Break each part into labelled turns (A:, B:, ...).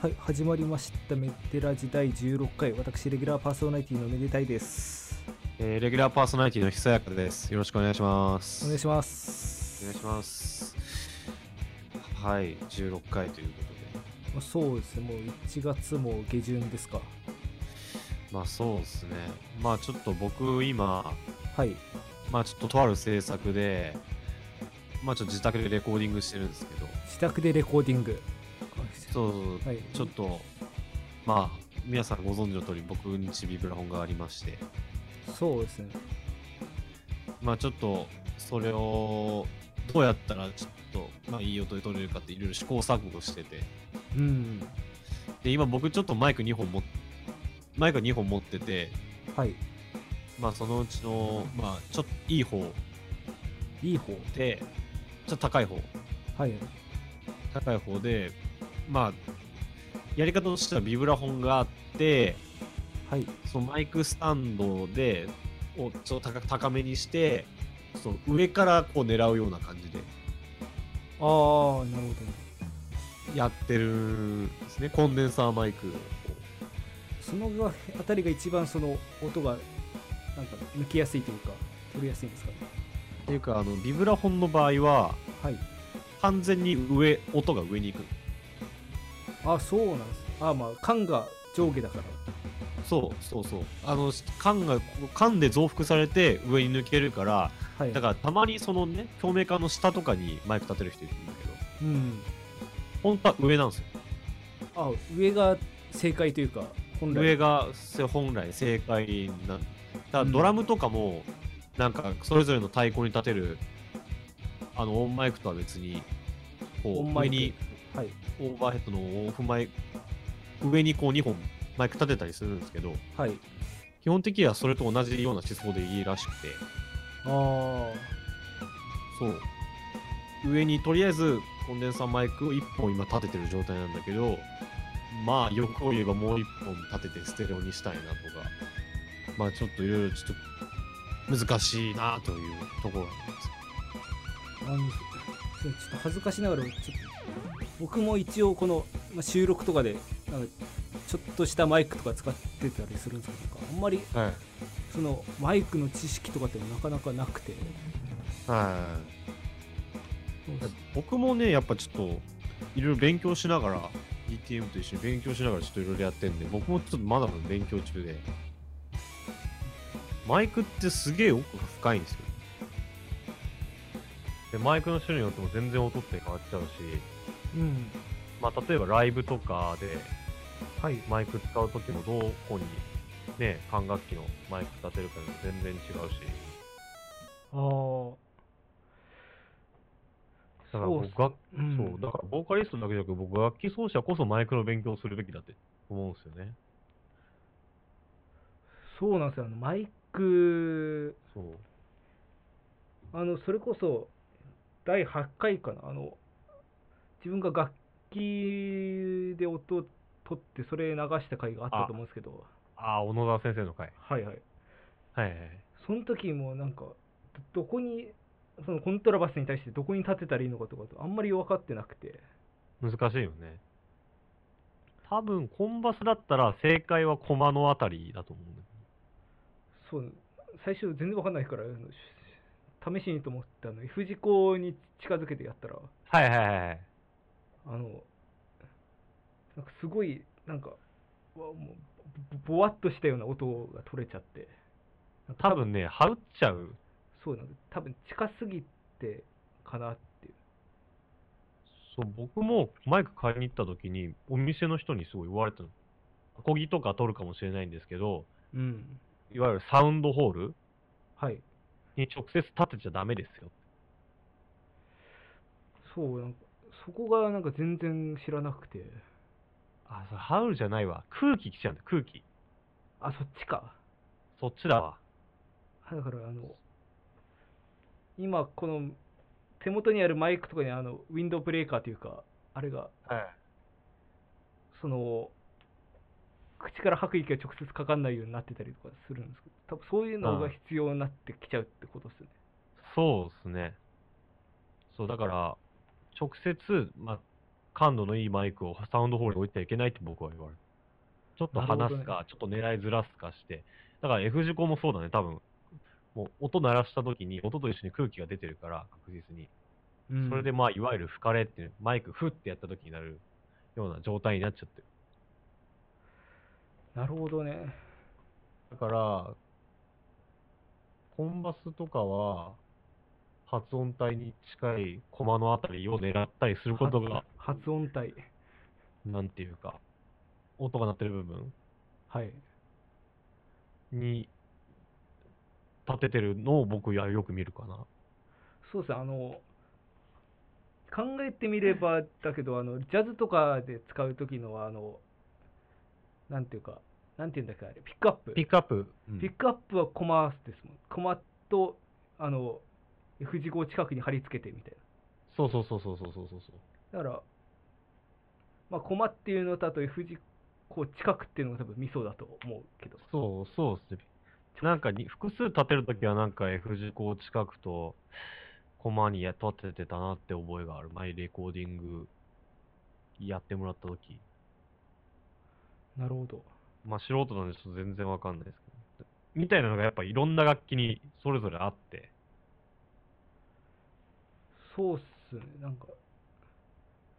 A: はい、始まりました。メデラジ第16回。私、レギュラーパーソナリティのめでたいです。
B: えーレギュラーパーソナリティのひさやかです。よろしくお願いします。
A: お願い
B: し
A: します。
B: お願いします。はい、16回というこ
A: まあそうですね、もう1月も下旬ですか。
B: とで。まあそうですね。まあちょっと僕今、
A: はい。
B: まあちょっととある制作で、まあちょっと自宅でレコーディングしてるんですけど、
A: 自宅でレコーディング。
B: そうそうそう
A: はい
B: ちょっと、まあ皆さんご存知の通り僕にちビブラフォンがありまして、
A: そうですね。
B: まあちょっとそれをどうやったらちょっと、まあ、いい音で撮れるかっていろいろ試行錯誤してて、
A: うん。
B: で今僕ちょっとマイク2本持っマイク2本持ってて
A: はい。
B: まあそのうちのまあちょっといい方
A: いい方。
B: でちょっと高い方
A: はい。
B: 高い方でまあやり方としてはビブラフォンがあって
A: はい。
B: そのマイクスタンドでをちょっと高高めにしてその上からこう狙うような感じで
A: あー、なるほど。
B: やってるんですねコンデンサーマイクをこ
A: そのがあたりが一番その音が、なんか抜きやすいというか、取りやすいんですかね。
B: うっていうかあのビブラフォンの場合は
A: はい。
B: 完全に上音が上に行く
A: あ、そうなんです。あー、まあ、缶が上下だから。
B: そうそうそうあの缶が缶で増幅されて上に抜けるから
A: はい。
B: だからたまにそのね共鳴管の下とかにマイク立てる人いるんだけど
A: うん。
B: 本当は上なんですよ
A: あ上が正解というか本来
B: 上がせ本来正解なんだから
A: うん
B: ドラムとかも、なんかそれぞれの太鼓に立てるあのオンマイクとは別にこ
A: オン
B: う
A: マイ
B: 上
A: ク
B: に
A: はい
B: オーバーヘッドのオフマイク上にこう2本マイク立てたりするんですけど
A: はい
B: 基本的にはそれと同じような思想でいいらしくて
A: あ
B: そう。上にとりあえずコンデンサーマイクを1本今立ててる状態なんだけど、まあ欲を言えばもう1本立ててステレオにしたいなとか、まあちょっといろいろちょっと難しいなというところなんです
A: あのちょっと恥ずかしながらちょっと僕も一応このまあ収録とかでなんかちょっとしたマイクとか使ってたりするんですけどなんかあんまり
B: けど。はい。
A: そのマイクの知識とかってなかなかなくて
B: は僕もね、やっぱちょっといろいろ勉強しながら、DTM と一緒に勉強しながらちょっといろいろやってんで、僕もちょっとまだまだ勉強中で、マイクってすげえ奥が深いんですよ。で、マイクの種類によっても全然音って変わっちゃうし、
A: うん
B: まあ例えばライブとかで
A: はい
B: マイク使う時もどこにね、管楽器のマイク立てるかでも全然違うし、
A: ああ
B: だから
A: そ
B: 僕
A: うっす
B: 楽
A: うん
B: そう、だからボーカリストだけじゃなく、僕、楽器奏者こそマイクの勉強をするべきだって思うんですよね。
A: そうなんですよあのマイク
B: そう。
A: あのそれこそ第8回かなあの自分が楽器で音を取ってそれ流した回があったと思うんですけど
B: ああ、小野沢先生の回。
A: はいはい
B: はいはいはい。
A: その時もなんかどどこにそのコントラバスに対してどこに立てたらいいのかとかあんまり分かってなくて
B: 難しいよね。多分、コンバスだったら正解はコマのあたりだと思うんだよ
A: そう最初全然分かんないからあのし試しにと思ってあの F 字工に近づけてやったら
B: はいはいはいはい。
A: あの、なんかすごい、なんか、わもうぼぼぼわっとしたような音が取れちゃって、なんか
B: 多分ね、はうっちゃう。
A: そうなんです多分近すぎてかなっていう。
B: そう、僕もマイク買いに行った時に、お店の人にすごい言われたの。アコギとか撮るかもしれないんですけど、
A: うん。
B: いわゆるサウンドホール
A: はい。
B: に直接立てちゃダメですよ。
A: そう、なんかそこがなんか全然知らなくて、
B: あ、それハウルじゃないわ。空気来ちゃうんだ、空気。
A: あ、そっちか。
B: そっちだわ。
A: あだから、あの、今、この手元にあるマイクとかにあのウィンドブレーカーというか、あれが、
B: はい。
A: その、口から吐く息が直接かかんないようになってたりとかするんですけど、多分そういうのが必要になってきちゃうってことですよね。
B: そうですね。そう、だから、直接、まあ、感度のいいマイクをサウンドホールに置いてはいけないって僕は言われる。ちょっと
A: なるほ
B: 離
A: ど
B: す
A: ね
B: か、ちょっと狙いずらすかして。だから F 字工もそうだね、多分。もう音鳴らした時に音と一緒に空気が出てるから、確実に。
A: うん
B: それでまあ、いわゆる吹かれっていう、マイクフってやった時になるような状態になっちゃってる。
A: なるほどね。
B: だから、コンバスとかは、発音体に近いコマのあたりを狙ったりすることが、
A: 発発音体。
B: なんていうか、音が鳴ってる部分
A: はい。
B: に立ててるのを僕はよく見るかな。
A: そうですね、あの、考えてみればだけど、あのジャズとかで使う時のは、あの、なんていうか、なんていうんだっけ、あれ、ピックアップ。
B: ピックアップ。
A: ピックアップはコマースですもん。コマと、あの、F 字号近くに貼り付けてみたい
B: そうそうそうそうそうそうそう。
A: な。だから、まあ、コマっていうのと、あと F 字号近くっていうのが多分ミソだと思うけど。
B: そうそうですね。なんかに複数立てるときはなんか F 字工近くとコマに立ててたなって覚えがある。前レコーディングやってもらったとき。
A: なるほど。
B: まあ素人なんでちょっと全然わかんないですけど。みたいなのがやっぱいろんな楽器にそれぞれあって。
A: そうっすね、なんか、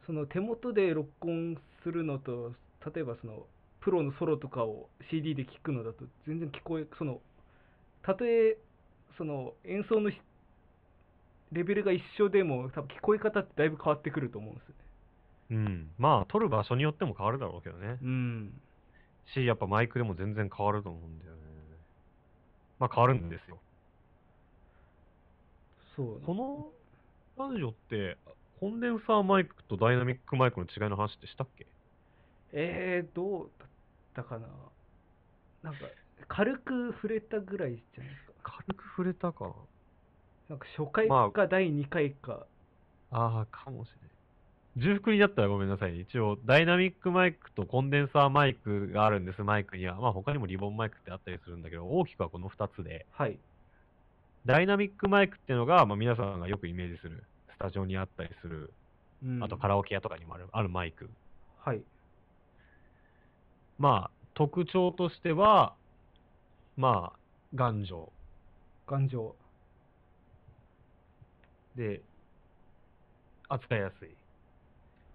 A: その手元で録音するのと、例えばその、プロのソロとかを CD で聴くのだと、全然聞こえ、その、たとえ、その、演奏のしレベルが一緒でも、多分聞こえ方ってだいぶ変わってくると思うんですよね。
B: うん。まあ撮る場所によっても変わるだろうけどね。
A: うん。
B: し、やっぱマイクでも全然変わると思うんだよね。まあ変わるんですよ。
A: そう。
B: この男女って、コンデンサーマイクとダイナミックマイクの違いの話ってしたっけ
A: えー、どうだったかな。なんか、軽く触れたぐらいじゃないですか。
B: 軽く触れたかな
A: なんか初回
B: まあ
A: か第2回か。
B: ああ、かもしれない。重複になったらごめんなさい。一応、ダイナミックマイクとコンデンサーマイクがあるんです、マイクには。まあ他にもリボンマイクってあったりするんだけど、大きくはこの2つで、
A: はい。
B: ダイナミックマイクっていうのが、まあ皆さんがよくイメージする、スタジオにあったりする、
A: うん
B: あとカラオケ屋とかにもあるあるマイク。
A: はい。
B: まあ、特徴としては、まあ、頑丈。
A: 頑丈。
B: で、扱いやすい。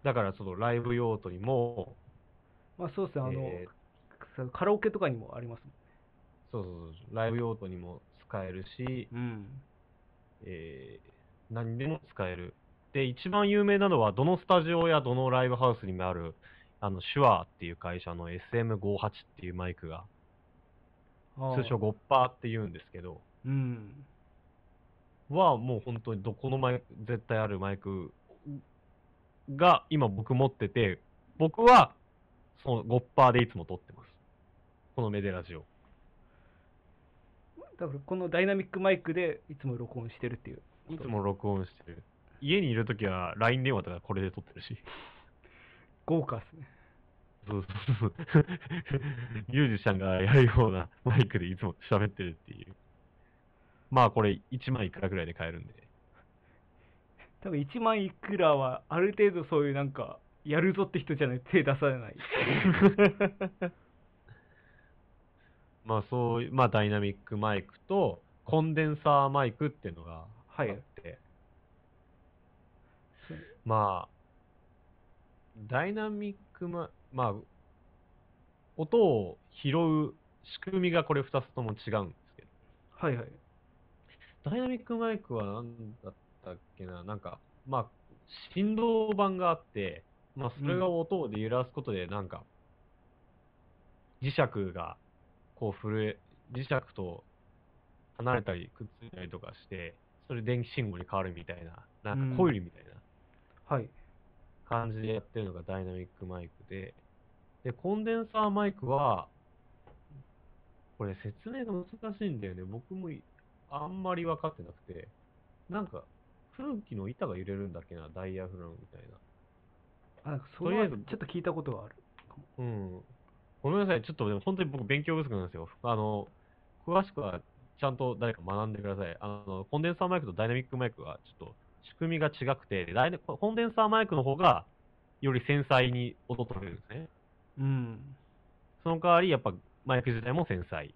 B: だから、そのライブ用途にも、
A: まあそうですね、あの、
B: えー
A: さカラオケとかにもあります
B: そうそうそう、ライブ用途にも使えるし、
A: もん。
B: えー何でも使える。で、一番有名なのは、どのスタジオやどのライブハウスにもある、あの、手話っていう会社の SM58 っていうマイクが、
A: あー
B: 通称ゴッパーって言うんですけど、
A: うん。
B: はもう本当にどこのマイク、絶対あるマイクが今僕持ってて、僕はそのゴッパーでいつも撮ってます。このメデラジオ。
A: だからこのダイナミックマイクでいつも録音してるっていう。
B: いつも録音してる。家にいるときは LINE 電話とかこれで撮ってるし。
A: 豪華ですね。
B: そうそうそう。ミュージシャンがやるようなマイクでいつも喋ってるっていう。まあこれ1万いくらぐらいで買えるんで。
A: 多分1万いくらはある程度そういうなんか、やるぞって人じゃないと手出さない。
B: まあそういう、まあダイナミックマイクとコンデンサーマイクっていうのがあ
A: は
B: っ
A: い
B: て、まあ、ダイナミックマ、まあ、音を拾う仕組みがこれ2つとも違うんですけ
A: はいはい。
B: ど、ダイナミックマイクは何だったっけな、なんか、まあ、振動板があって、まあ、それが音で揺らすことで、なんか、磁石がこう震え、磁石と離れたりくっついたりとかして、それ電気信号に変わるみたいな、なんかコイルみたいな。
A: はい。
B: 感じでやってるのがダイナミックマイクで、で、コンデンサーマイクは、これ説明が難しいんだよね。僕もいあんまり分かってなくて、なんか空気の板が揺れるんだっけな、ダイヤフラムみたいな。
A: あ、なんかそ
B: とりあ
A: れ
B: え
A: は
B: ず
A: ちょっと聞いたことはある。
B: うん。ごめんなさい。ちょっとでも本当に僕勉強不足なんですよ。あの、詳しくはちゃんと誰か学んでください。あの、コンデンサーマイクとダイナミックマイクはちょっと仕組みが違くて、ダイナコンデンサーマイクの方がより繊細に音取れるんですね。
A: うん。
B: その代わり、やっぱマイク自体も繊細。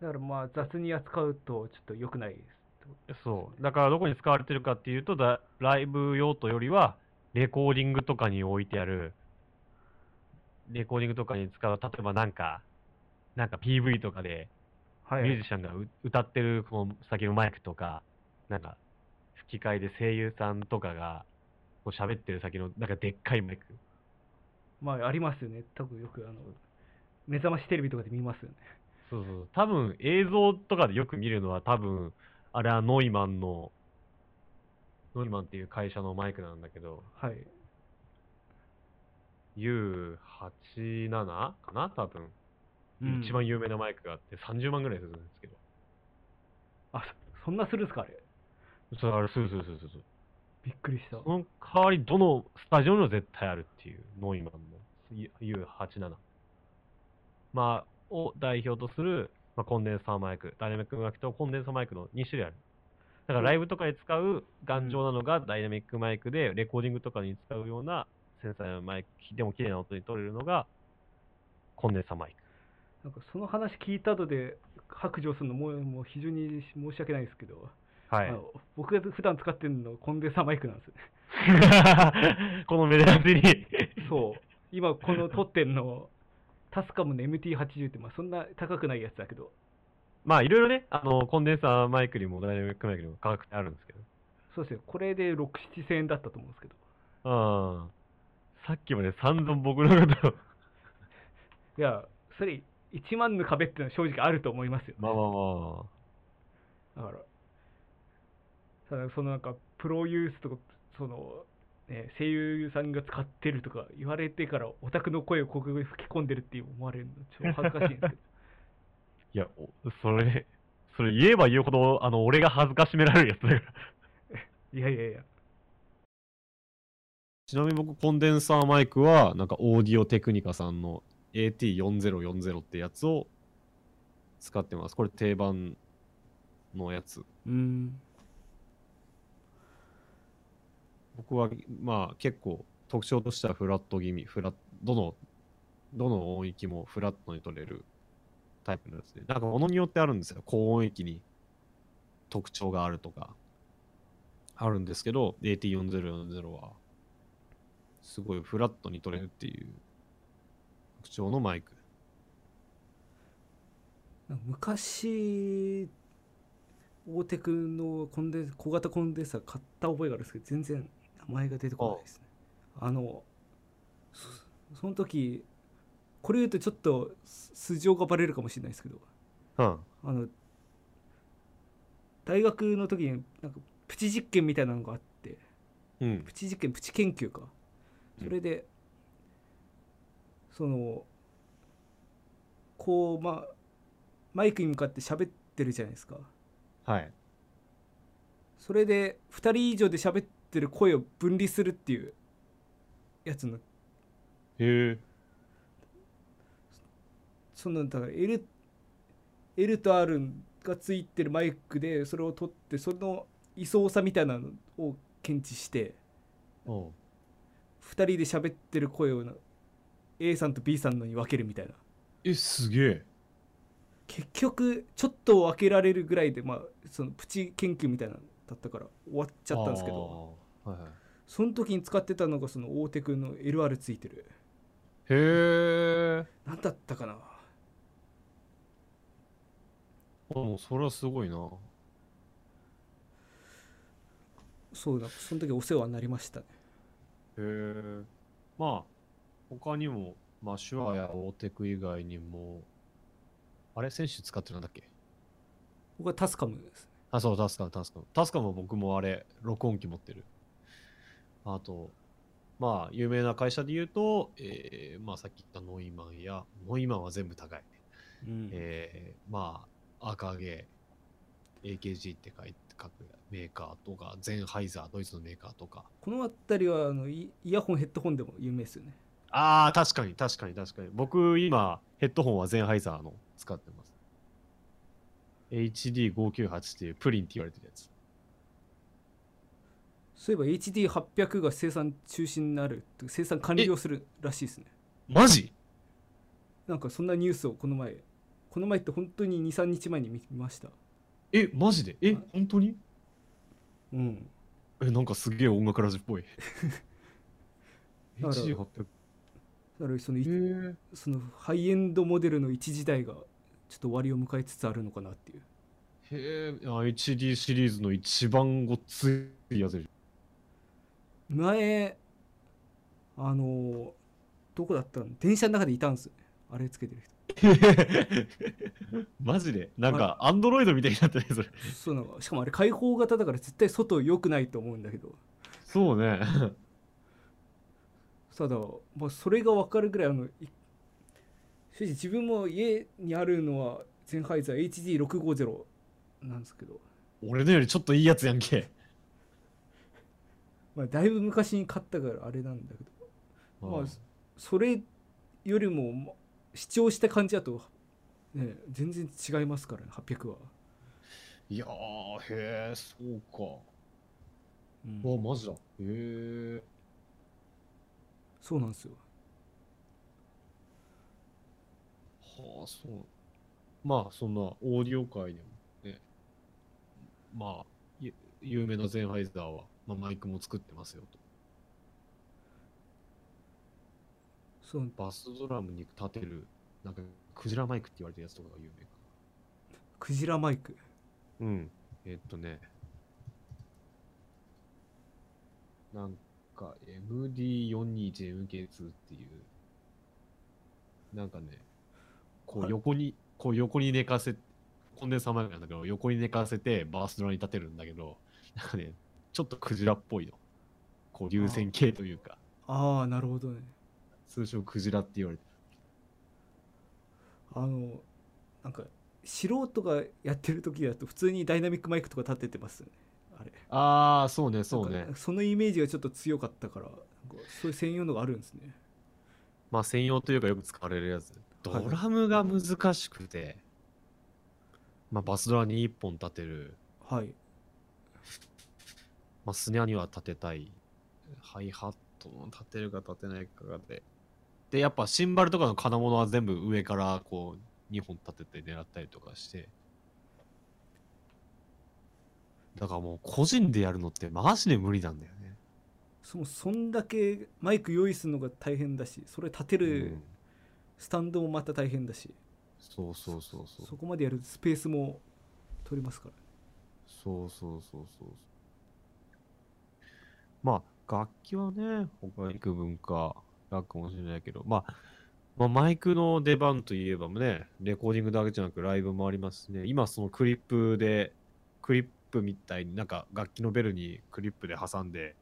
A: だからまあ雑に扱うとちょっと良くないですってこ
B: そう。だからどこに使われてるかっていうと、だライブ用途よりは、レコーディングとかに置いてある、レコーディングとかに使う、例えばなんか、なんか PV とかで、
A: と。は
B: ミュージシャンがう歌ってるこの先のマイクとか、なんか吹き替えで声優さんとかがこう喋ってる先のなんかでっかいマイク。
A: まあありますよね。多分よくあの目覚ましテレビとかで見ますよね。
B: そうそう。多分映像とかでよく見るのは多分、あれはノイマンの、ノイマンっていう会社のマイクなんだけど、
A: はい。
B: U87 かな多分。
A: うん
B: 一番有名なマイクがあって30万ぐらいするんですけど。
A: あそそんなするんですかあれ。
B: それあれ、そうそうそうそうそう。
A: びっくりした。
B: その代わり、どのスタジオにも絶対あるっていう、ノイマンの U87。まあ、を代表とする、まあ、コンデンサーマイク、ダイナミックマイクとコンデンサーマイクの2種類ある。だからライブとかに使う頑丈なのがダイナミックマイクで、レコーディングとかに使うようなセンサーのマイク、でも綺麗な音に取れるのがコンデンサーマイク。
A: なんかその話聞いた後で白状するのももう非常に申し訳ないですけど、
B: は
A: あ
B: い。
A: の僕が普段使ってるのコンデンサーマイクなんですよね。
B: この目立ちに。
A: そう。今この撮ってんのタスカムの MT80 ってまあそんな高くないやつだけど、
B: まあ、いろいろね、あの、コンデンサーマイクにもダイナミックマイクにも価格ってあるんですけど。
A: そうですよ。これで6、7千円だったと思うんですけど。
B: ああ。さっきまで散々僕のことを
A: いや、それ1万の壁っていうのは正直あると思いますよ。
B: まあまあまあ。
A: だから、ただそのなんか、プロユースとか、その、ね、声優さんが使ってるとか言われてから、オタクの声をここに吹き込んでるって思われるの、超恥ずかしいんですけど。
B: いや、おそれ、それ言えば言うほど、あの、俺が恥ずかしめられるやつだから。
A: いやいやいや、
B: ちなみに僕、コンデンサーマイクは、なんか、オーディオテクニカさんの AT4040 ってやつを使ってます。これ定番のやつ。
A: うん。
B: 僕は、まあ、結構、特徴としてはフラット気味、フラッどの、どの音域もフラットに取れるタイプのやつで、なんか、ものによってあるんですよ。高音域に特徴があるとか、あるんですけど、AT4040 は、すごいフラットに取れるっていう特徴のマイク。
A: 昔、大手くんのコンデン小型コンデンサー買った覚えがあるんですけど、全然名前が出て
B: こないです
A: ね。あの、その時、これ言うとちょっと素性がバレるかもしれないですけど、
B: うん。
A: あの大学の時になんかプチ実験みたいなのがあって
B: うん。
A: プチ実験プチ研究か
B: うん
A: それで、そのこうまあマイクに向かって喋ってるじゃないですか
B: はい。
A: それで2人以上で喋ってる声を分離するっていうやつの
B: へえ。
A: そのだから L, L と R がついてるマイクでそれを取ってその位相差みたいなのを検知して
B: おう
A: 2人で喋ってる声をな A さんと B さんのに分けるみたいな
B: え、すげえ。
A: 結局ちょっと分けられるぐらいで、まあ、そのプチ研究みたいなのだったから終わっちゃったんですけど
B: あー。はいはい。
A: その時に使ってたのがその大手くんの LR ついてる
B: へえ。
A: 何だったかな
B: もうそれはすごいな。
A: そうだその時お世話になりましたね
B: へえ。まあ、他にも、まあ、手話やオーテク以外にも、あれ選手使ってるんだっけ
A: 僕はタスカムです
B: あ、そう、タスカム、タスカム。タスカムは僕もあれ、録音機持ってる。あと、まあ、有名な会社で言うと、えーまあ、さっき言ったノイマンや、ノイマンは全部高い。
A: うん
B: えーまあ、赤毛、AKG って書いて書くメーカーとか、ゼンハイザー、ドイツのメーカーとか、
A: この辺りはあのイイヤホンヘッドホンでも有名ですよね
B: ああ、確かに、確かに、確かに。僕、今、ヘッドホンはゼンハイザーの使ってます。HD598 っていうプリンって言われてるやつ。
A: そういえば HD800 が生産中止になるって生産完了するらしいですね
B: マジ
A: なんかそんなニュースをこの前この前って本当に23日前に見見ました
B: え、マジでえ、本当に
A: うん
B: え、なんかすげえ音楽ラジっぽい。
A: だから
B: HD800。
A: だからその
B: え
A: いそのハイエンドモデルの一時代がちょっと終わりを迎えつつあるのかなっていう
B: へえ、あ HD シリーズの一番ごっついやつでし
A: 前あのーどこだったの電車の中でいたんですよねあれつけてる
B: ょマジでなんか、アンドロイドみたいになってないそれ。
A: 人そうなんかしかもあれ開放型だから絶対外良くないと思うんだけど
B: そうね。
A: ただ、まあ、それが分かるぐらいあのい正直自分も家にあるのはゼンハイザー HD650 なんですけど、
B: 俺のよりちょっといいやつやんけ。
A: まあ、だいぶ昔に買ったからあれなんだけどまあそれよりもま視聴した感じだと、ね、全然違いますからね800は、
B: いやー、へえ、そうか。
A: うん
B: うわ、マジだ。へえ。
A: そうなんですよ
B: はあ、そう。まあ、そんな、オーディオ界でもね、まあ、ゆ有名なゼンハイザーは、まあ、マイクも作ってますよと。
A: そう
B: バスドラムに立てる、なんか、クジラマイクって言われてるやつとかが有名か
A: クジラマイク
B: な。うん。えっとね、なんか、MD421MK2 っていう、なんかね、こ
A: は
B: う
A: い
B: 横に、こう横に寝かせ、コンデンサーマイクなんだけど、横に寝かせてバースドラに立てるんだけど、なんかね、ちょっとクジラっぽいの。こう流線形というか、
A: ああなるほどね
B: 通称クジラって言われて
A: あのなんか素人がやってる時だと普通にダイナミックマイクとか立っててますよねあれ
B: ああ、そうね、そう
A: なん
B: ね
A: か。そのイメージがちょっと強かったからなんかそういう専用のがあるんですね
B: まあ専用というかよく使われるやつ。ド
A: はい
B: ラムが難しくて、まあバスドラに1本立てる、
A: はい
B: まあスネアには立てたい、ハイハットも立てるか立てないかがで、で、やっぱシンバルとかの金物は全部上からこう2本立てて狙ったりとかして、だからもう個人でやるのってマジで無理なんだよね。
A: そもそんだけマイク用意するのが大変だしそれ立て
B: う
A: る
B: ん
A: スタンドもまた大変だし、
B: そうそうそうそう。
A: そこまでやるスペースも取りますから
B: そうそうそうそうそう。まあ、楽器はね、他に区分か、楽かもしれないけど、まあ、まあ、マイクの出番といえばね、レコーディングだけじゃなくライブもありますしね、今そのクリップで、クリップみたいになんか楽器のベルにクリップで挟んで、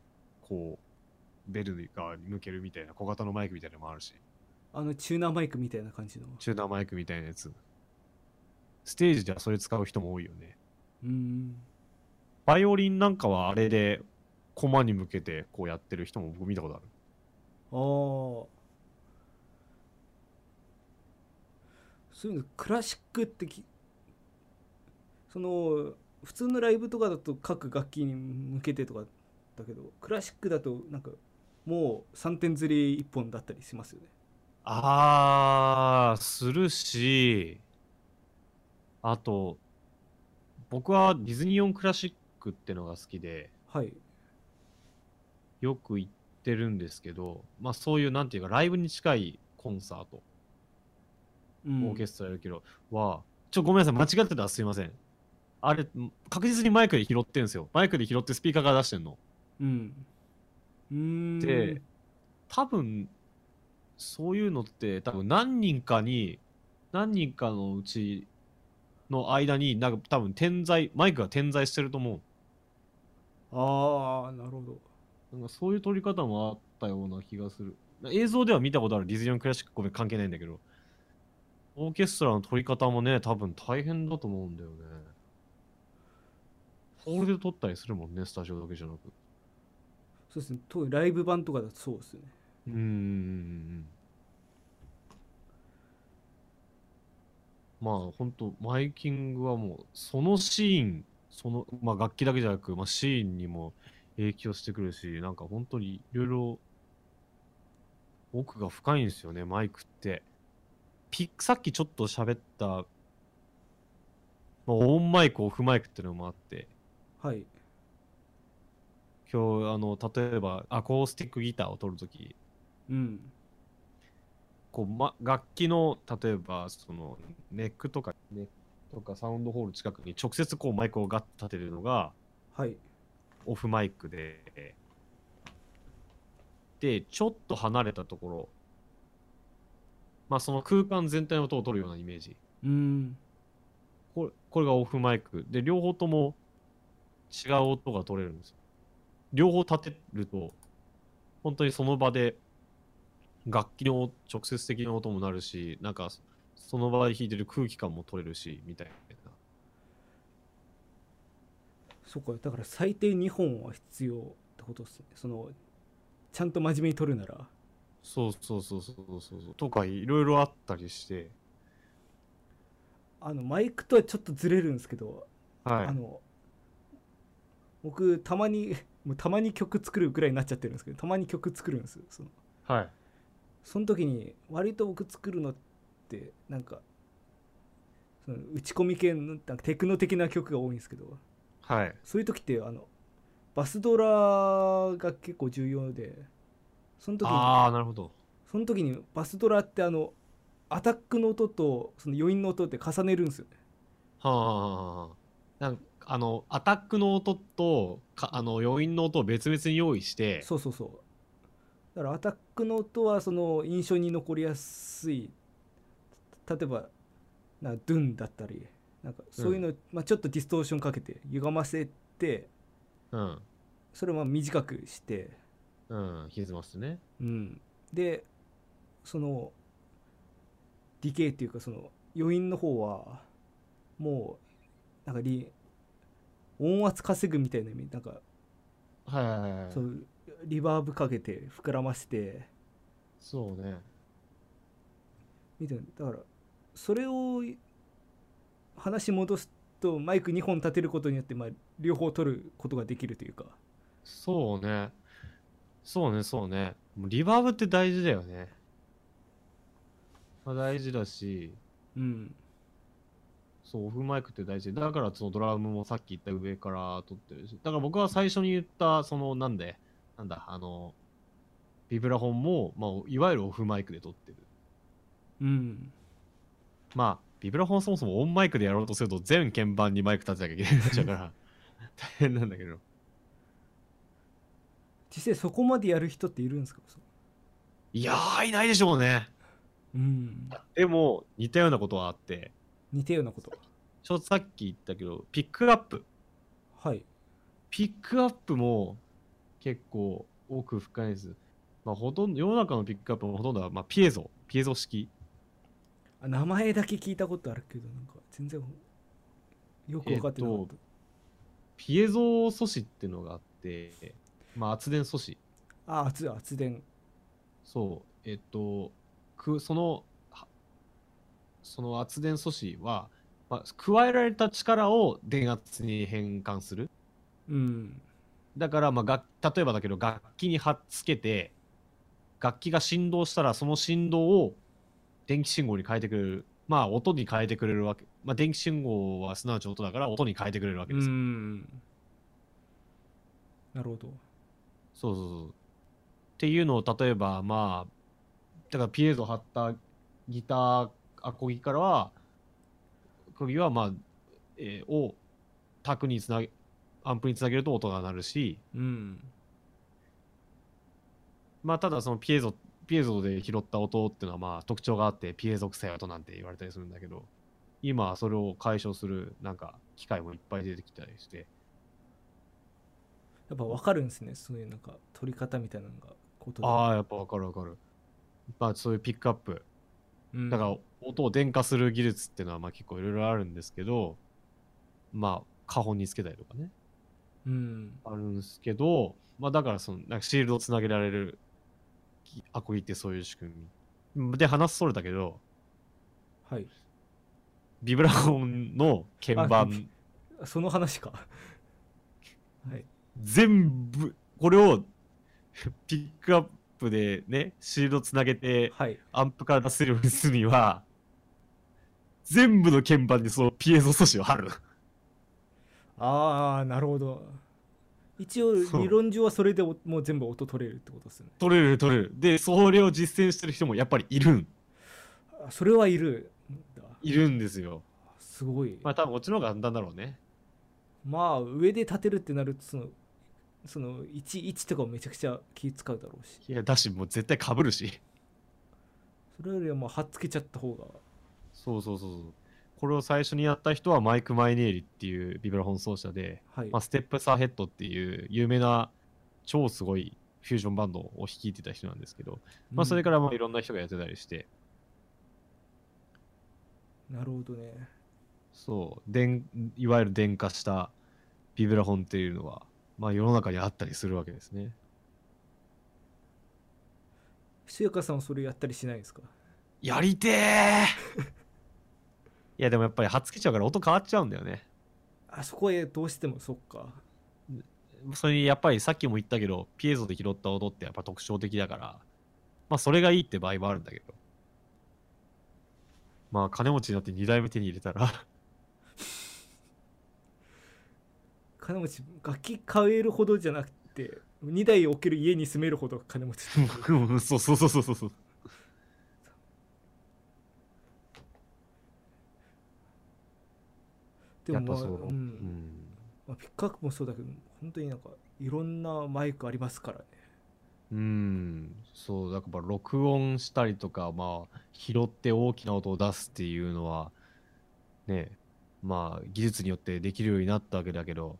B: こう、ベルが向けるみたいな小型のマイクみたいなのもあるし、
A: あのチューナーマイクみたいな感じの
B: チューナーマイクみたいなやつ。ステージではそれ使う人も多いよね。
A: うん
B: バイオリンなんかはあれで、コマに向けてこうやってる人も僕見たことある。
A: ああそういうのクラシックってきその普通のライブとかだと各楽器に向けてとかだけどクラシックだとなんかもう3点ずり1本だったりしますよね
B: あー、するし、あと、僕はディズニーオンクラシックってのが好きで、
A: はい
B: よく行ってるんですけど、まあそういう、なんていうか、ライブに近いコンサート、
A: うん
B: オーケストラやるけど、は、ちょ、ごめんなさい、間違ってたらすいません。あれ、確実にマイクで拾ってんですよ。マイクで拾ってスピーカーから出してんの。
A: うんうーん
B: で多分そういうのって多分何人かに何人かのうちの間になんか多分点在マイクが点在してると思
A: ああなるほど
B: うなんかそういう撮り方もあったような気がする映像では見たことあるディズニーオンクラシックごめん関係ないんだけどオーケストラの撮り方もね多分大変だと思うんだよねホールで撮ったりするもんねスタジオだけじゃなく
A: そうですね特にライブ版とかだとそうですよね
B: うーんまあ本当マイキングはもうそのシーンその、まあ、楽器だけじゃなく、まあ、シーンにも影響してくるし、なんか本当にいろいろ奥が深いんですよね、マイクって。ピさっきちょっと喋った、まあ、オンマイク、オフマイクっていうのもあって、
A: はい
B: 今日あの例えばアコースティックギターを取るとき
A: うん
B: こう、ま、楽器の例えばそのネックとかネックとかサウンドホール近くに直接こうマイクをガッと立てるのが
A: はい
B: オフマイクででちょっと離れたところまあその空間全体の音を取るようなイメージ
A: うん
B: これこれがオフマイクで両方とも違う音が取れるんですよ両方立てると本当にその場で楽器の直接的な音もなるしなんかその場で弾いてる空気感も取れるしみたいな
A: そっかだから最低2本は必要ってことですねそのちゃんと真面目に撮るなら
B: そうそうそうそうそうそうとかいろいろあったりして
A: あのマイクとはちょっとずれるんですけど、あ
B: は
A: の僕たまに もうたまに曲作るぐらいになっちゃってるんですけどたまに曲作るんですその
B: いはい
A: その時に割と僕作るのってなんかその打ち込み系のなんかテクノ的な曲が多いんですけど
B: はい
A: そういう時ってあのバスドラが結構重要でその時に
B: ああなるほど
A: その時にバスドラってあのアタックの音とその余韻の音って重ねるんですよね
B: はあはあはあはあなんかあのアタックの音とかあの余韻の音を別々に用意して
A: そうそうそうだからアタックの音はその印象に残りやすい例えばなんかドゥンだったりなんかそういうの、まあ、ちょっとディストーションかけて歪ませて
B: うん
A: それをまあ短くして、
B: うん歪ますね
A: うん、でそのディケイっていうかその余韻の方はもうなんかリ音圧稼ぐみたいな意味なんか、
B: はいはいはいはい
A: そうリバーブかけて膨らませて
B: そうね
A: みたいなだからそれを話戻すとマイク2本立てることによって、まあ、両方取ることができるというか
B: そうねそうねそうねもうリバーブって大事だよね、まあ、大事だし
A: うん
B: そうオフマイクって大事だからそのドラムもさっき言った上から撮ってるしだから僕は最初に言ったそのなんでなんだあのビブラフォンも、まあ、いわゆるオフマイクで撮ってる
A: うん
B: まあビブラフォンはそもそもオンマイクでやろうとすると全鍵盤にマイク立てなきゃいけないっちゃうから 大変なんだけど
A: 実際そこまでやる人っているんですか
B: いやーいないでしょうね
A: うん
B: でも似たようなことはあって
A: 似たようなこと
B: ちょっとさっき言ったけどピックアップ
A: はい
B: ピックアップも結構奥深いです、まあ、ほとんど世の中のピックアップもほとんどは、まあ、ピエゾピエゾ式
A: あ名前だけ聞いたことあるけどなんか全然よく分かってなかっ、
B: えったピエゾ素子っていうのがあって、まあ、圧電素子
A: あ圧圧電
B: そうえっとくそのはその圧電素子は、まあ、加えられた力を電圧に変換する
A: うん
B: だから、まあ、楽例えばだけど楽器に貼っつけて楽器が振動したらその振動を電気信号に変えてくれるまあ音に変えてくれるわけ、まあ、電気信号はすなわち音だから音に変えてくれるわけ
A: う
B: ですよ、
A: んなるほど
B: そうそうそうっていうのを例えばまあだからピエゾ貼ったギターアコギからはアコギはまあ、えーを卓につなげアンプにつなげると音が鳴るし、
A: うん
B: まあただそのピエゾピエゾで拾った音っていうのはまあ特徴があってピエゾ臭い音なんて言われたりするんだけど今はそれを解消するなんか機械もいっぱい出てきたりして
A: やっぱ分かるんですねそういうなんか取り方みたいなのがことで
B: ああやっぱわかるわかるまあそういうピックアップ
A: うん
B: だから音を電化する技術っていうのはまあ結構いろいろあるんですけどまあ花本につけたりとかね
A: うん
B: あるんですけどまあだからそのなんかシールドをつなげられるアコギってそういう仕組みで話それたけど
A: はい
B: ビブラフォンの鍵
A: あ
B: 盤
A: その話か はい
B: 全部これをピックアップでねシールドつなげて
A: はい
B: アンプから出せるようにするには全部の鍵盤にそのピエゾ素子を貼る
A: ああなるほど一応
B: そう
A: 理論上はそれでおもう全部音取れるってことですね
B: 取れる取れるでそれを実践してる人もやっぱりいるん
A: あそれはいるんだ
B: いるんですよ
A: すごい
B: まあ多分こっちの方が簡単だろうね
A: まあ上で立てるってなるとそのその11とかもめちゃくちゃ気使うだろうし
B: いやだしもう絶対かぶるし
A: それよりはまあはっつけちゃった方が
B: そうそうそうそうこれを最初にやった人はマイク・マイネーリっていうビブラフォン奏者で、
A: はい
B: まあ、ステップサーヘッドっていう有名な超すごいフュージョンバンドを率いてた人なんですけど、まあ、それかららまあいろんな人がやってたりして、
A: なるほどね
B: そうでいわゆる電化したビブラフォンっていうのは、まあ、世の中にあったりするわけですね
A: しやかさんはそれやったりしないですか
B: やりてえ いやでもやっぱりはっつけちゃうから音変わっちゃうんだよね
A: あそこはどうしてもそっか
B: それにやっぱりさっきも言ったけどピエゾで拾った音ってやっぱ特徴的だからまあそれがいいって場合もあるんだけどまあ金持ちになって2代目手に入れたら
A: 金持ち楽器買えるほどじゃなくて2台置ける家に住めるほど金持ち
B: うんそうそうそうそうそうそう
A: でもまあ
B: やっぱそう、
A: うんまあ、ピックアップもそうだけど本当になんかいろんなマイクありますからね
B: うん、うん、そうだから録音したりとかまあ拾って大きな音を出すっていうのはねまあ技術によってできるようになったわけだけど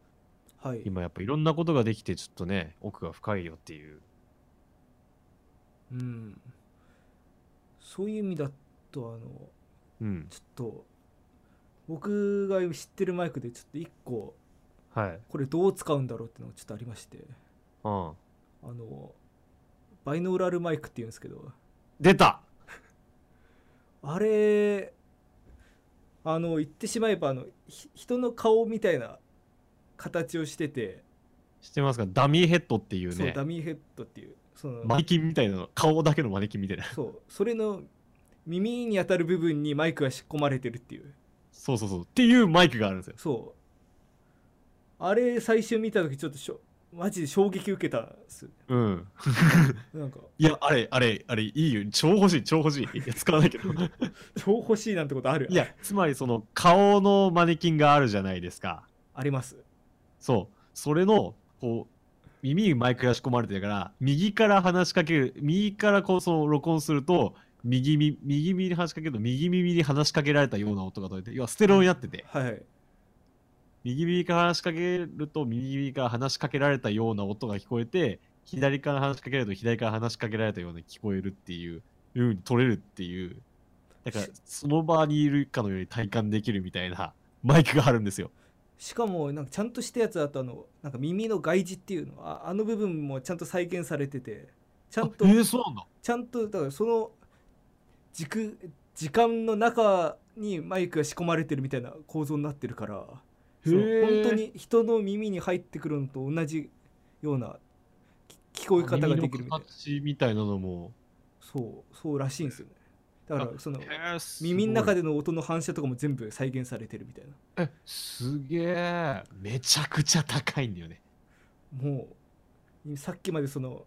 A: はい
B: 今やっぱいろんなことができてちょっとね奥が深いよっていう
A: うんそういう意味だとあの
B: うん
A: ちょっと僕が知ってるマイクでちょっと1個
B: はい
A: これどう使うんだろうってのがちょっとありまして
B: うん
A: あのバイノーラルマイクっていうんですけど
B: 出た
A: あれあの言ってしまえばあのひ人の顔みたいな形をしてて、
B: 知ってますかダミーヘッドっていう
A: そう
B: ね
A: ダミーヘッドっていうその、
B: マネキンみたいなの顔だけのマネキンみたいな
A: そうそれの耳に当たる部分にマイクが仕込まれてるっていう
B: そうそうそうっていうマイクがあるんですよ
A: そうあれ最初見た時ちょっとしょマジで衝撃受けたんですよ
B: うん
A: なんか
B: いやあれあれあれいいよ超欲しい超欲しいいや使わないけどい
A: 超欲しいなんてことある
B: やつまりその顔のマネキンがあるじゃないですか
A: あります
B: そうそれのこう耳にマイクが仕込まれてるから右から話しかける右からこうその録音すると右耳右耳に話しかけると右耳に話しかけられたような音が取れて要はステレオになってて
A: はいはい
B: 右耳から話しかけると右耳から話しかけられたような音が聞こえて左から話しかけると左から話しかけられたような聞こえるっていういうふうに取れるっていうだから
A: し
B: その場にいるかのように体感できるみたいなマイクがあるんですよ
A: しかもなんかちゃんとしたやつだとあのなんか耳の外耳っていうのああの部分もちゃんと再現されててちゃんと
B: あえーそうなんだ
A: ちゃんとだからその軸時間の中にマイクが仕込まれてるみたいな構造になってるからその
B: へー
A: 本当に人の耳に入ってくるのと同じようなき聞こえ方ができるみたい
B: 耳の
A: な
B: 形みたいなのも
A: そうそうらしいんですよねだからその
B: へーすごい
A: 耳の中での音の反射とかも全部再現されてるみたいな
B: えすげえめちゃくちゃ高いんだよね
A: もうさっきまでその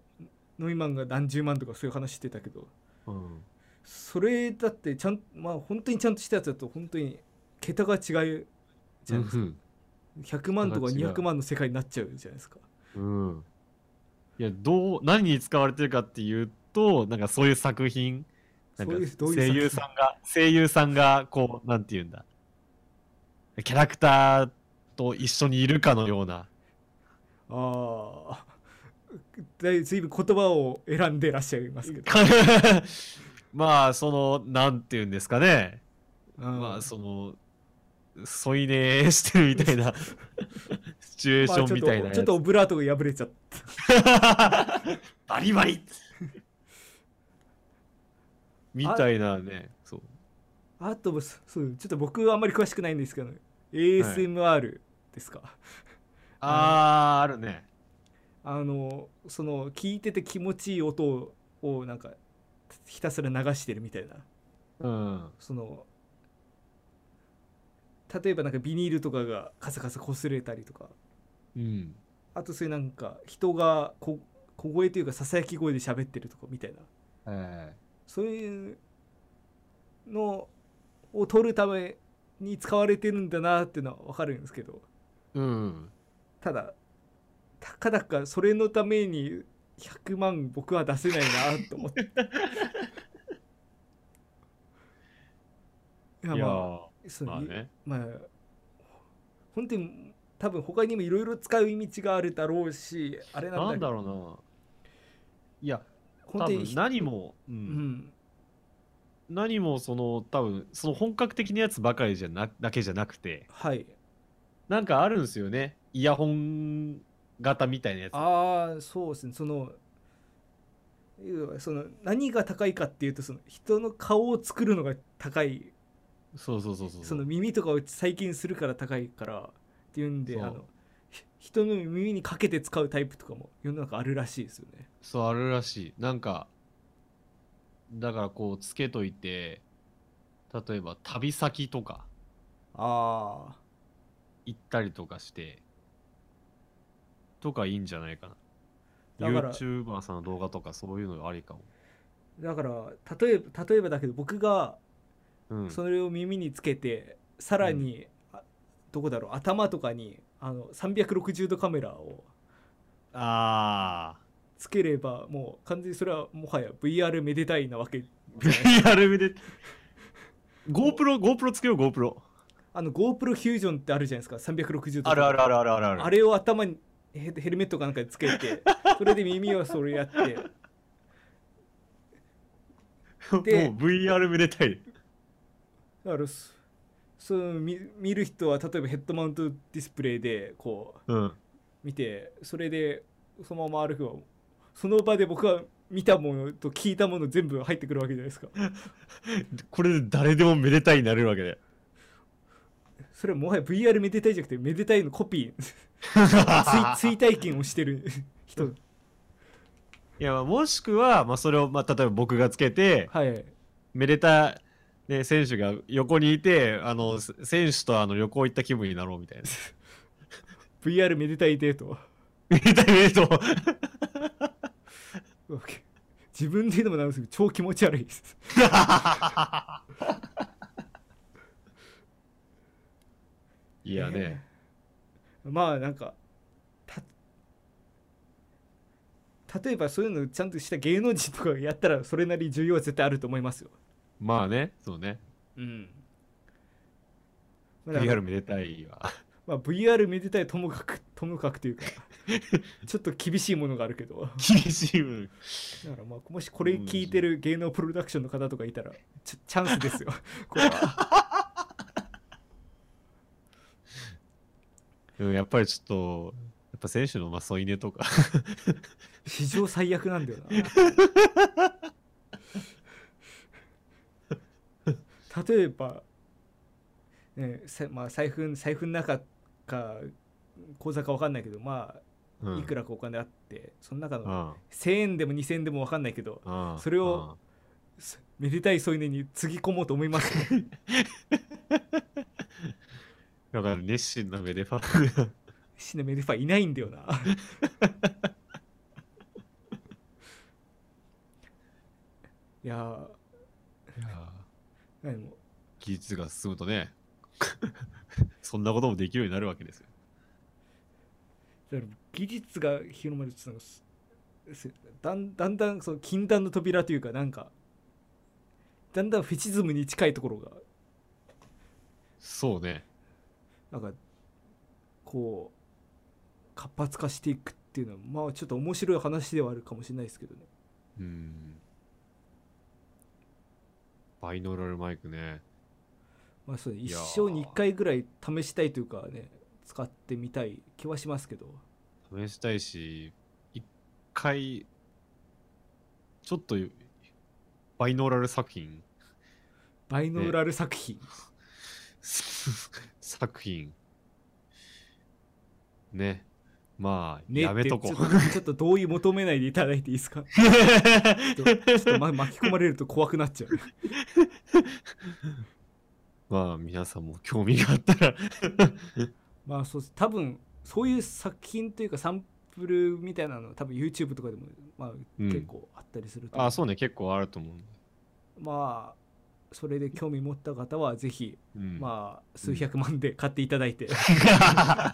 A: ノイマンが何十万とかそういう話してたけど
B: うん
A: それだってちゃんまあ本当にちゃんとしたやつだと本当に桁が違うじゃないですか、
B: うん
A: 100万とか
B: 桁が違う
A: 200万の世界になっちゃうじゃないですか
B: うんいやどう何に使われてるかっていうとなんかそういう作品なんか
A: そういうどういう
B: 声優さんが声優さんがこうなんて言うんだキャラクターと一緒にいるかのような
A: ああだいずいぶん言葉を選んでらっしゃいますけど、
B: まあそのなんて言うんですかねま
A: う
B: あ
A: ん
B: その添い寝してるみたいなシチュエーシ
A: まあ
B: ョンみたい
A: ちょっと
B: なや
A: ちょっ
B: つ
A: とオブラートが破れちゃった
B: バリ バリみたいなねそう
A: あとそそうちょっと僕はあんまり詳しくないんですけど ASMR ですか、
B: あーあるね
A: あのその聞いてて気持ちいい音ををなんかひたすら流してるみたいな
B: うん。
A: その例えばなんかビニールとかがカサカサ擦れたりとか
B: うん。
A: あとそういうなんか人がこ小声というかささやき声で喋ってるとかみたいな
B: え
A: そういうのを取るために使われてるんだなっていうのは分かるんですけど
B: えうん。
A: ただたかだかそれのために100万僕は出せないなと思 っていや
B: いや
A: まあ
B: ー
A: そう
B: まあね。
A: まあ本当に多分他にもいろいろ使う道があるだろうしあれなんだ
B: な
A: け
B: んだ
A: ど
B: ろうな。いや、
A: 本
B: 多
A: 当に
B: 分何も、う、
A: うんん
B: 何もその、多分その本格的なやつばかりじゃなだけじゃなくて、
A: はい
B: なんかあるんですよね。イヤホン型みたいなやつ。
A: ああそうですねその要はその何が高いかっていうとその人の顔を作るのが高い
B: そうそうそうそう。
A: その耳とかを最近するから高いからっていうんで
B: そう
A: あのひ人の耳にかけて使うタイプとかも世の中あるらしいですよね。
B: そう、あるらしい。なんか、だからこう、つけといて、例えば旅先とか
A: あ
B: 行ったりとかして、とかいいんじゃないかな。
A: だから
B: YouTuber さんの動画とかそういうのありかも。
A: だから例えば例えばだけど僕が
B: うん。
A: それを耳につけてさらに、あどこだろう頭とかにあの360度カメラを
B: あ
A: つければもう完全にそれはもはや VR めでたいなわ け
B: ー。VR 見て。GoPro、GoPro つけよう、GoPro。
A: あの GoPro フュージョンってあるじゃないですか360度
B: あるあるあるあるあるある。
A: あれを頭にヘヘルメットかなんかにつけてそれで耳をそれやってで
B: もう VR めでたい。
A: だからそその見見る人は例えばヘッドマウントディスプレイでこう
B: うん。
A: 見てそれでそのまま歩くわその場で僕は見たものと聞いたもの全部入ってくるわけじゃないですか
B: これで誰でもめでたいになれるわけで。
A: それはもはや VR めでたいじゃなくてめでたいのコピー 追追体験をしてる人
B: いや、まあもしくは、まあ、それを、まあ、例えば僕がつけて、
A: はい
B: めでた、ね、選手が横にいて、あの、せ選手とあの旅行行った気分になろうみた いな。
A: VR めでたいデート
B: めでたいめでとう。
A: うわけ自分で言うのもなんですけど超気持ち悪いです
B: いやね、
A: まあなんかた例えばそういうのちゃんとした芸能人とかがやったらそれなり需要は絶対あると思いますよ
B: まあね、そうね。
A: うん、まあ、だから
B: VR めでたいは。
A: まあ、VR めでたいともかくともかくと いうかちょっと厳しいものがあるけど
B: 厳しい分。
A: だからまあもしこれ聞いてる芸能プロダクションの方とかいたらちょチャンスです よこれは
B: うん、やっぱりちょっと、やっぱ選手のまあ添い寝とか。
A: 史上最悪なんだよな例えば、ねさまあ、財布財布の中か口座か分かんないけどま
B: う
A: あ
B: ん、
A: いくらかお金あってその中
B: う
A: の
B: ん。
A: 1000円でも2000円でも分かんないけど
B: うん
A: それを、すめでたい添い寝につぎ込もうと思い ますよ
B: うんだから熱心なめでファン。
A: シナメルファいないんだよ ないやー
B: いや
A: 何も
B: 技術が進むとね そんなこともできるようになるわけですよ
A: だから技術が広まるっていうのがすすだんだんだんその禁断の扉というかなんかだんだんフェチズムに近いところが
B: そうね
A: なんかこう活発化していくっていうのはまあちょっと面白い話ではあるかもしれないですけどね
B: うんバイノーラルマイクね
A: まあ、そう一
B: やー
A: 生に1回ぐらい試したいというかね使ってみたい気はしますけど
B: 試したいし一回ちょっとバイノーラル作品
A: バイノーラル作品
B: 作品ねまあ、
A: ね
B: やめ
A: って
B: とこ
A: ち
B: う
A: ょっ。ちょっと同意求めないでいただいていいですかちょっと、 ま、巻き込まれると怖くなっちゃう
B: まあ、皆さんも興味があったら
A: まあそうです多分そういう作品というかサンプルみたいなの多分 YouTube とかでも、まあ、
B: うん
A: 結構あったりすると思う
B: あ、そうね、結構あると思う。
A: まあそれで興味持った方はぜひ、
B: うん、
A: まあ数百万で買っていただいて、 まあ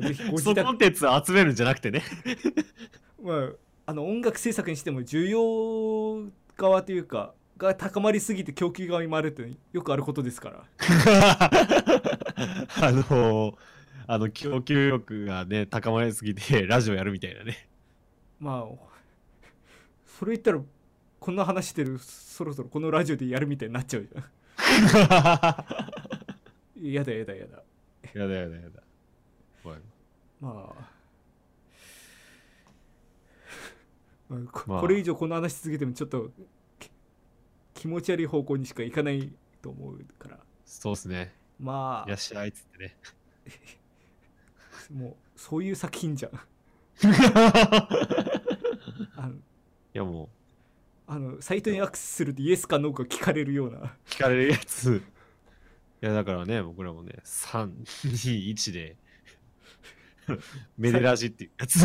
A: ぜひご自
B: そ
A: 宅
B: コンテンツ集めるんじゃなくてね。
A: まあ、あの音楽制作にしても需要側というかが高まりすぎて供給側に回るってよくあることですから
B: あのあの供給力がね高まりすぎてラジオやるみたい なね
A: まあそれ言ったらこんな話してるそろそろこのラジオでやるみたいになっちゃうじゃん やだやだやだ
B: やだやだやだおい
A: まあ まあこ
B: まあ
A: これ以上この話し続けてもちょっとき気持ち悪い方向にしかいかないと思うから
B: そうっすね
A: ま
B: いやしあいっつってね
A: あもうそういう作品じゃん あの
B: いやも
A: あのサイトにアクセスするとイエスかノーか聞かれるような
B: う聞かれるやついやだからね僕らもね321でメデラジっていうやつ
A: い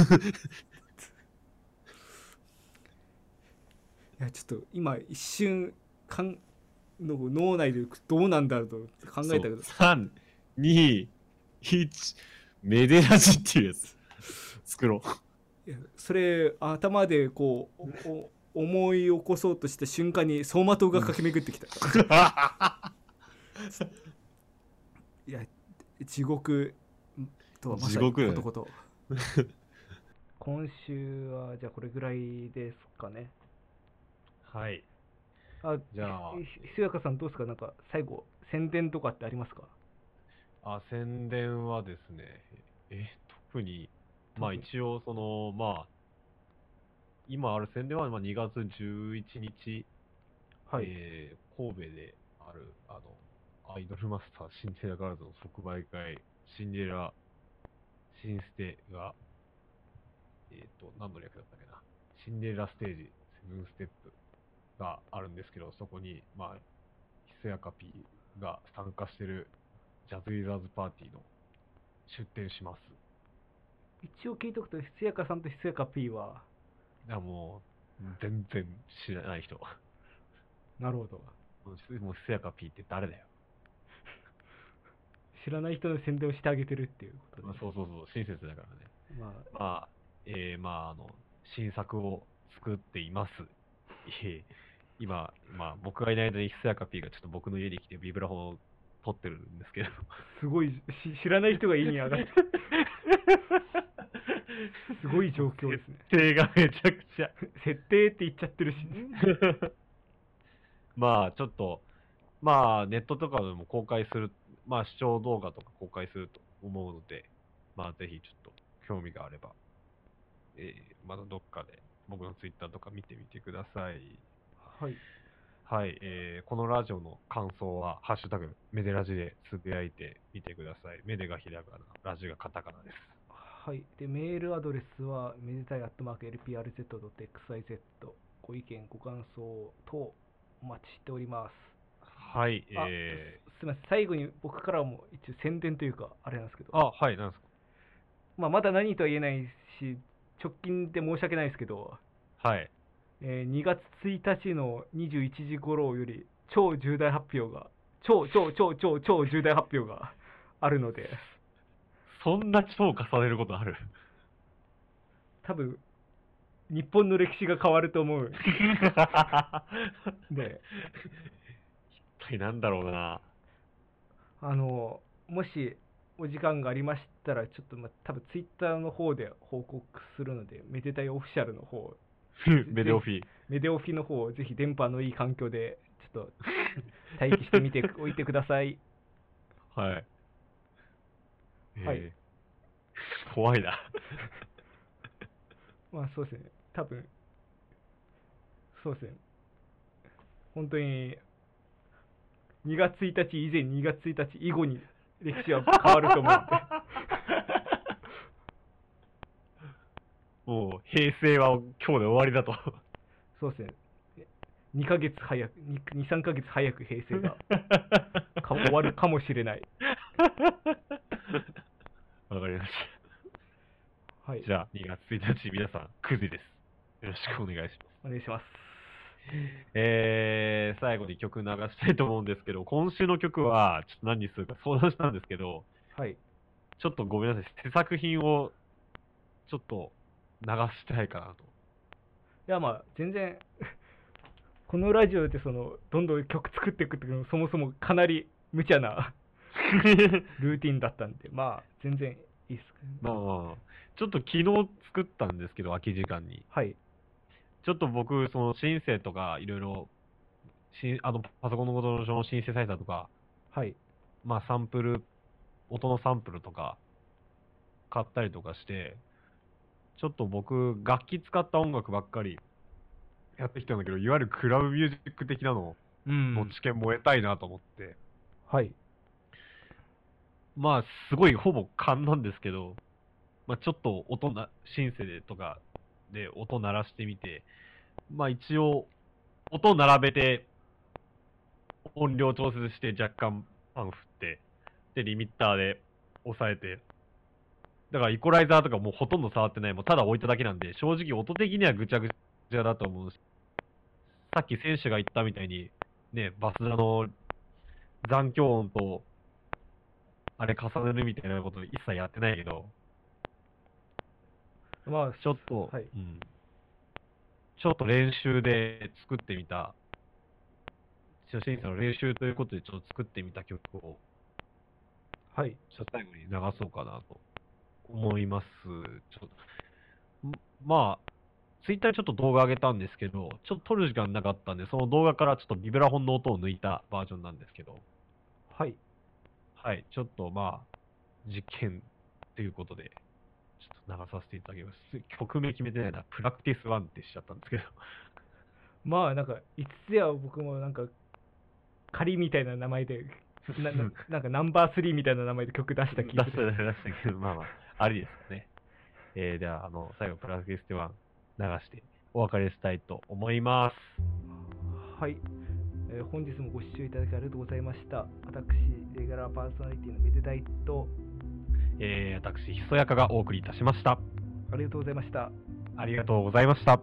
A: やちょっと今一瞬かんの脳内でどうなんだろうと考えたけど
B: そう321メデラジっていうやつ作 ろう
A: いやそれ頭でこうおお思い起こそうとした瞬間に走馬灯が駆け巡ってきた、いや地獄とはまさ
B: 地
A: に
B: 獄だ
A: こ
B: ね
A: とこと
C: 今週はじゃあこれぐらいですかね
B: はい
C: あ
B: じゃあ
C: ひひしやかさんどうですかなんか最後宣伝とかってありますか
B: あ宣伝はですね、え、特に、まあ
C: 特に
B: 一応その、まあ、今ある宣伝はまあ2月11日、
C: はい、
B: えー神戸である、あの、アイドルマスターシンデレラガールズの即売会、シンデレラ、シンステが、えっ、と、何の略だったっけな、シンデレラステージ、セブンステップがあるんですけど、そこに、まあ、ひそやか P が参加してるジャズリーザーズパーティーの出展します。
C: 一応聞いとくとひつやかさんとひつやか P はい
B: や、もう、全然知らない人。
C: なるほど
B: もう、ひもうひそやか P って誰だよ。
C: 知らない人の宣伝をしてあげてるっていうことで、
B: まあそうそうそう、親切だからね。
C: まあ
B: まあ、えー、まあ、あの、新作を作っています。 えー今、まあ、僕がいない間に、ひそやか P がちょっと僕の家に来て、ビブラフォンを撮ってるんですけど。
C: すごいし知らない人が家に上がってすごい状況ですね
B: 設定がめちゃくちゃ。
C: 設定って言っちゃってるし
B: まあ、ちょっと、まあ、ネットとかでも公開する、まあ、視聴動画とか公開すると思うので、まあ、ぜひちょっと、興味があれば、えー、まだどっかで、僕のツイッターとか見てみてください。
C: はい
B: はい、えーこのラジオの感想は、ハッシュタグ、メデラジでつぶやいてみてください。メデがひらがな、ラジがカタカナです。
C: はい、でメールアドレスはめでたいアットマーク LPRZ.xyz ご意見ご感想等お待ちしております、
B: はい、
C: あ
B: え
C: すすみません最後に僕からも一応宣伝というかあれなんですけど
B: ー、あ、はい、なんです
C: まあ、まだ何とは言えないし直近で申し訳ないですけど、
B: かはい。
C: えー2月1日の21時頃より超重大発表が超超超超超重大発表があるので
B: そんな超重ねることある
C: 多分日本の歴史が変わると思うんで
B: 一体なんだろうな。
C: あのもしお時間がありましたら、ちょっと、まあ、多分ツイッターの方で報告するので、めでたいオフィシャルの方、
B: メデオフィー。
C: メデオフィの方をぜひ電波のいい環境で、ちょっと待機してみておいてください。
B: はい。えー
C: はい
B: 怖いな。
C: まあそうですね、多分そうですね、本当に2月1日以前、2月1日以後に歴史は変わると思うんで。
B: もう平成は今日で終わりだと。
A: そうですね。2ヶ月早く、2、3ヶ月早く平成がか終わるかもしれない。
B: わかりまし
A: はい
B: た。。じゃあ、2月1日、皆さん、9時です。よろしくお願いします。
A: お願いします。
B: えー、最後に曲流したいと思うんですけど、今週の曲は、ちょっと何にするか相談したんですけど、
A: はい。
B: ちょっとごめんなさい、手作品を、ちょっと、流したいかなと。
A: いやまあ全然このラジオでそのどんどん曲作っていくっていうのもそもそもかなり無茶 なルーティンだったんでまあ全然いいっすけど
B: まあまあまあ、ちょっと昨日作ったんですけど、空き時間に。
A: はい
B: ちょっと僕、その、シンセとか、いろいろ、しあの、パソコンのことのそのシンセサイザーとか、
A: はい
B: まあ、サンプル、音のサンプルとか、買ったりとかして、ちょっと僕、楽器使った音楽ばっかりやってきたんだけど、いわゆるクラブミュージック的なの
A: う
B: を、
A: ん
B: 知見燃えたいなと思って、
A: はい
B: まあ、すごい、ほぼ勘なんですけど、まあ、ちょっと音な、シンセでとかで音鳴らしてみて、まあ、一応、音並べて、音量調節して若干パン振って、で、リミッターで抑えて、だからイコライザーとかもうほとんど触ってない、もうただ置いただけなんで、正直音的にはぐちゃぐちゃだと思うし、さっき選手が言ったみたいに、ね、バスダの残響音と、あれ重ねるみたいなこと一切やってないけど、
A: まあ
B: ちょっと、
A: はい
B: うん、ちょっと練習で作ってみた、初心者の練習ということでちょっと作ってみた曲を、
A: はい
B: ちょっと最後に流そうかなと思います。ちょっとんまあ、ツイッターにちょっと動画上げたんですけど、ちょっと撮る時間なかったんで、その動画からちょっとビブラフォンの音を抜いたバージョンなんですけど、
A: はい
B: はい、ちょっとまあ、実験ということで、ちょっと流させていただきます。曲名決めてないな、プラクティスワンってしちゃったんですけど。
A: まあなんかいつや僕もなんか仮みたいな名前でな ななんかナンバースリーみたいな名前で曲出した気
B: 出
A: が
B: し
A: す
B: た、出
A: る
B: したけど、まあまあ、ありですよね。えー、では、あの、最後、プラクティスワン流して、お別れしたいと思います。
A: はい、えー本日もご視聴いただきありがとうございました私レギュラーパーソナリティのめでたいと
B: えー、私、ひそやかがお送りいたしました。
A: ありがとうございました
B: ありがとうございました。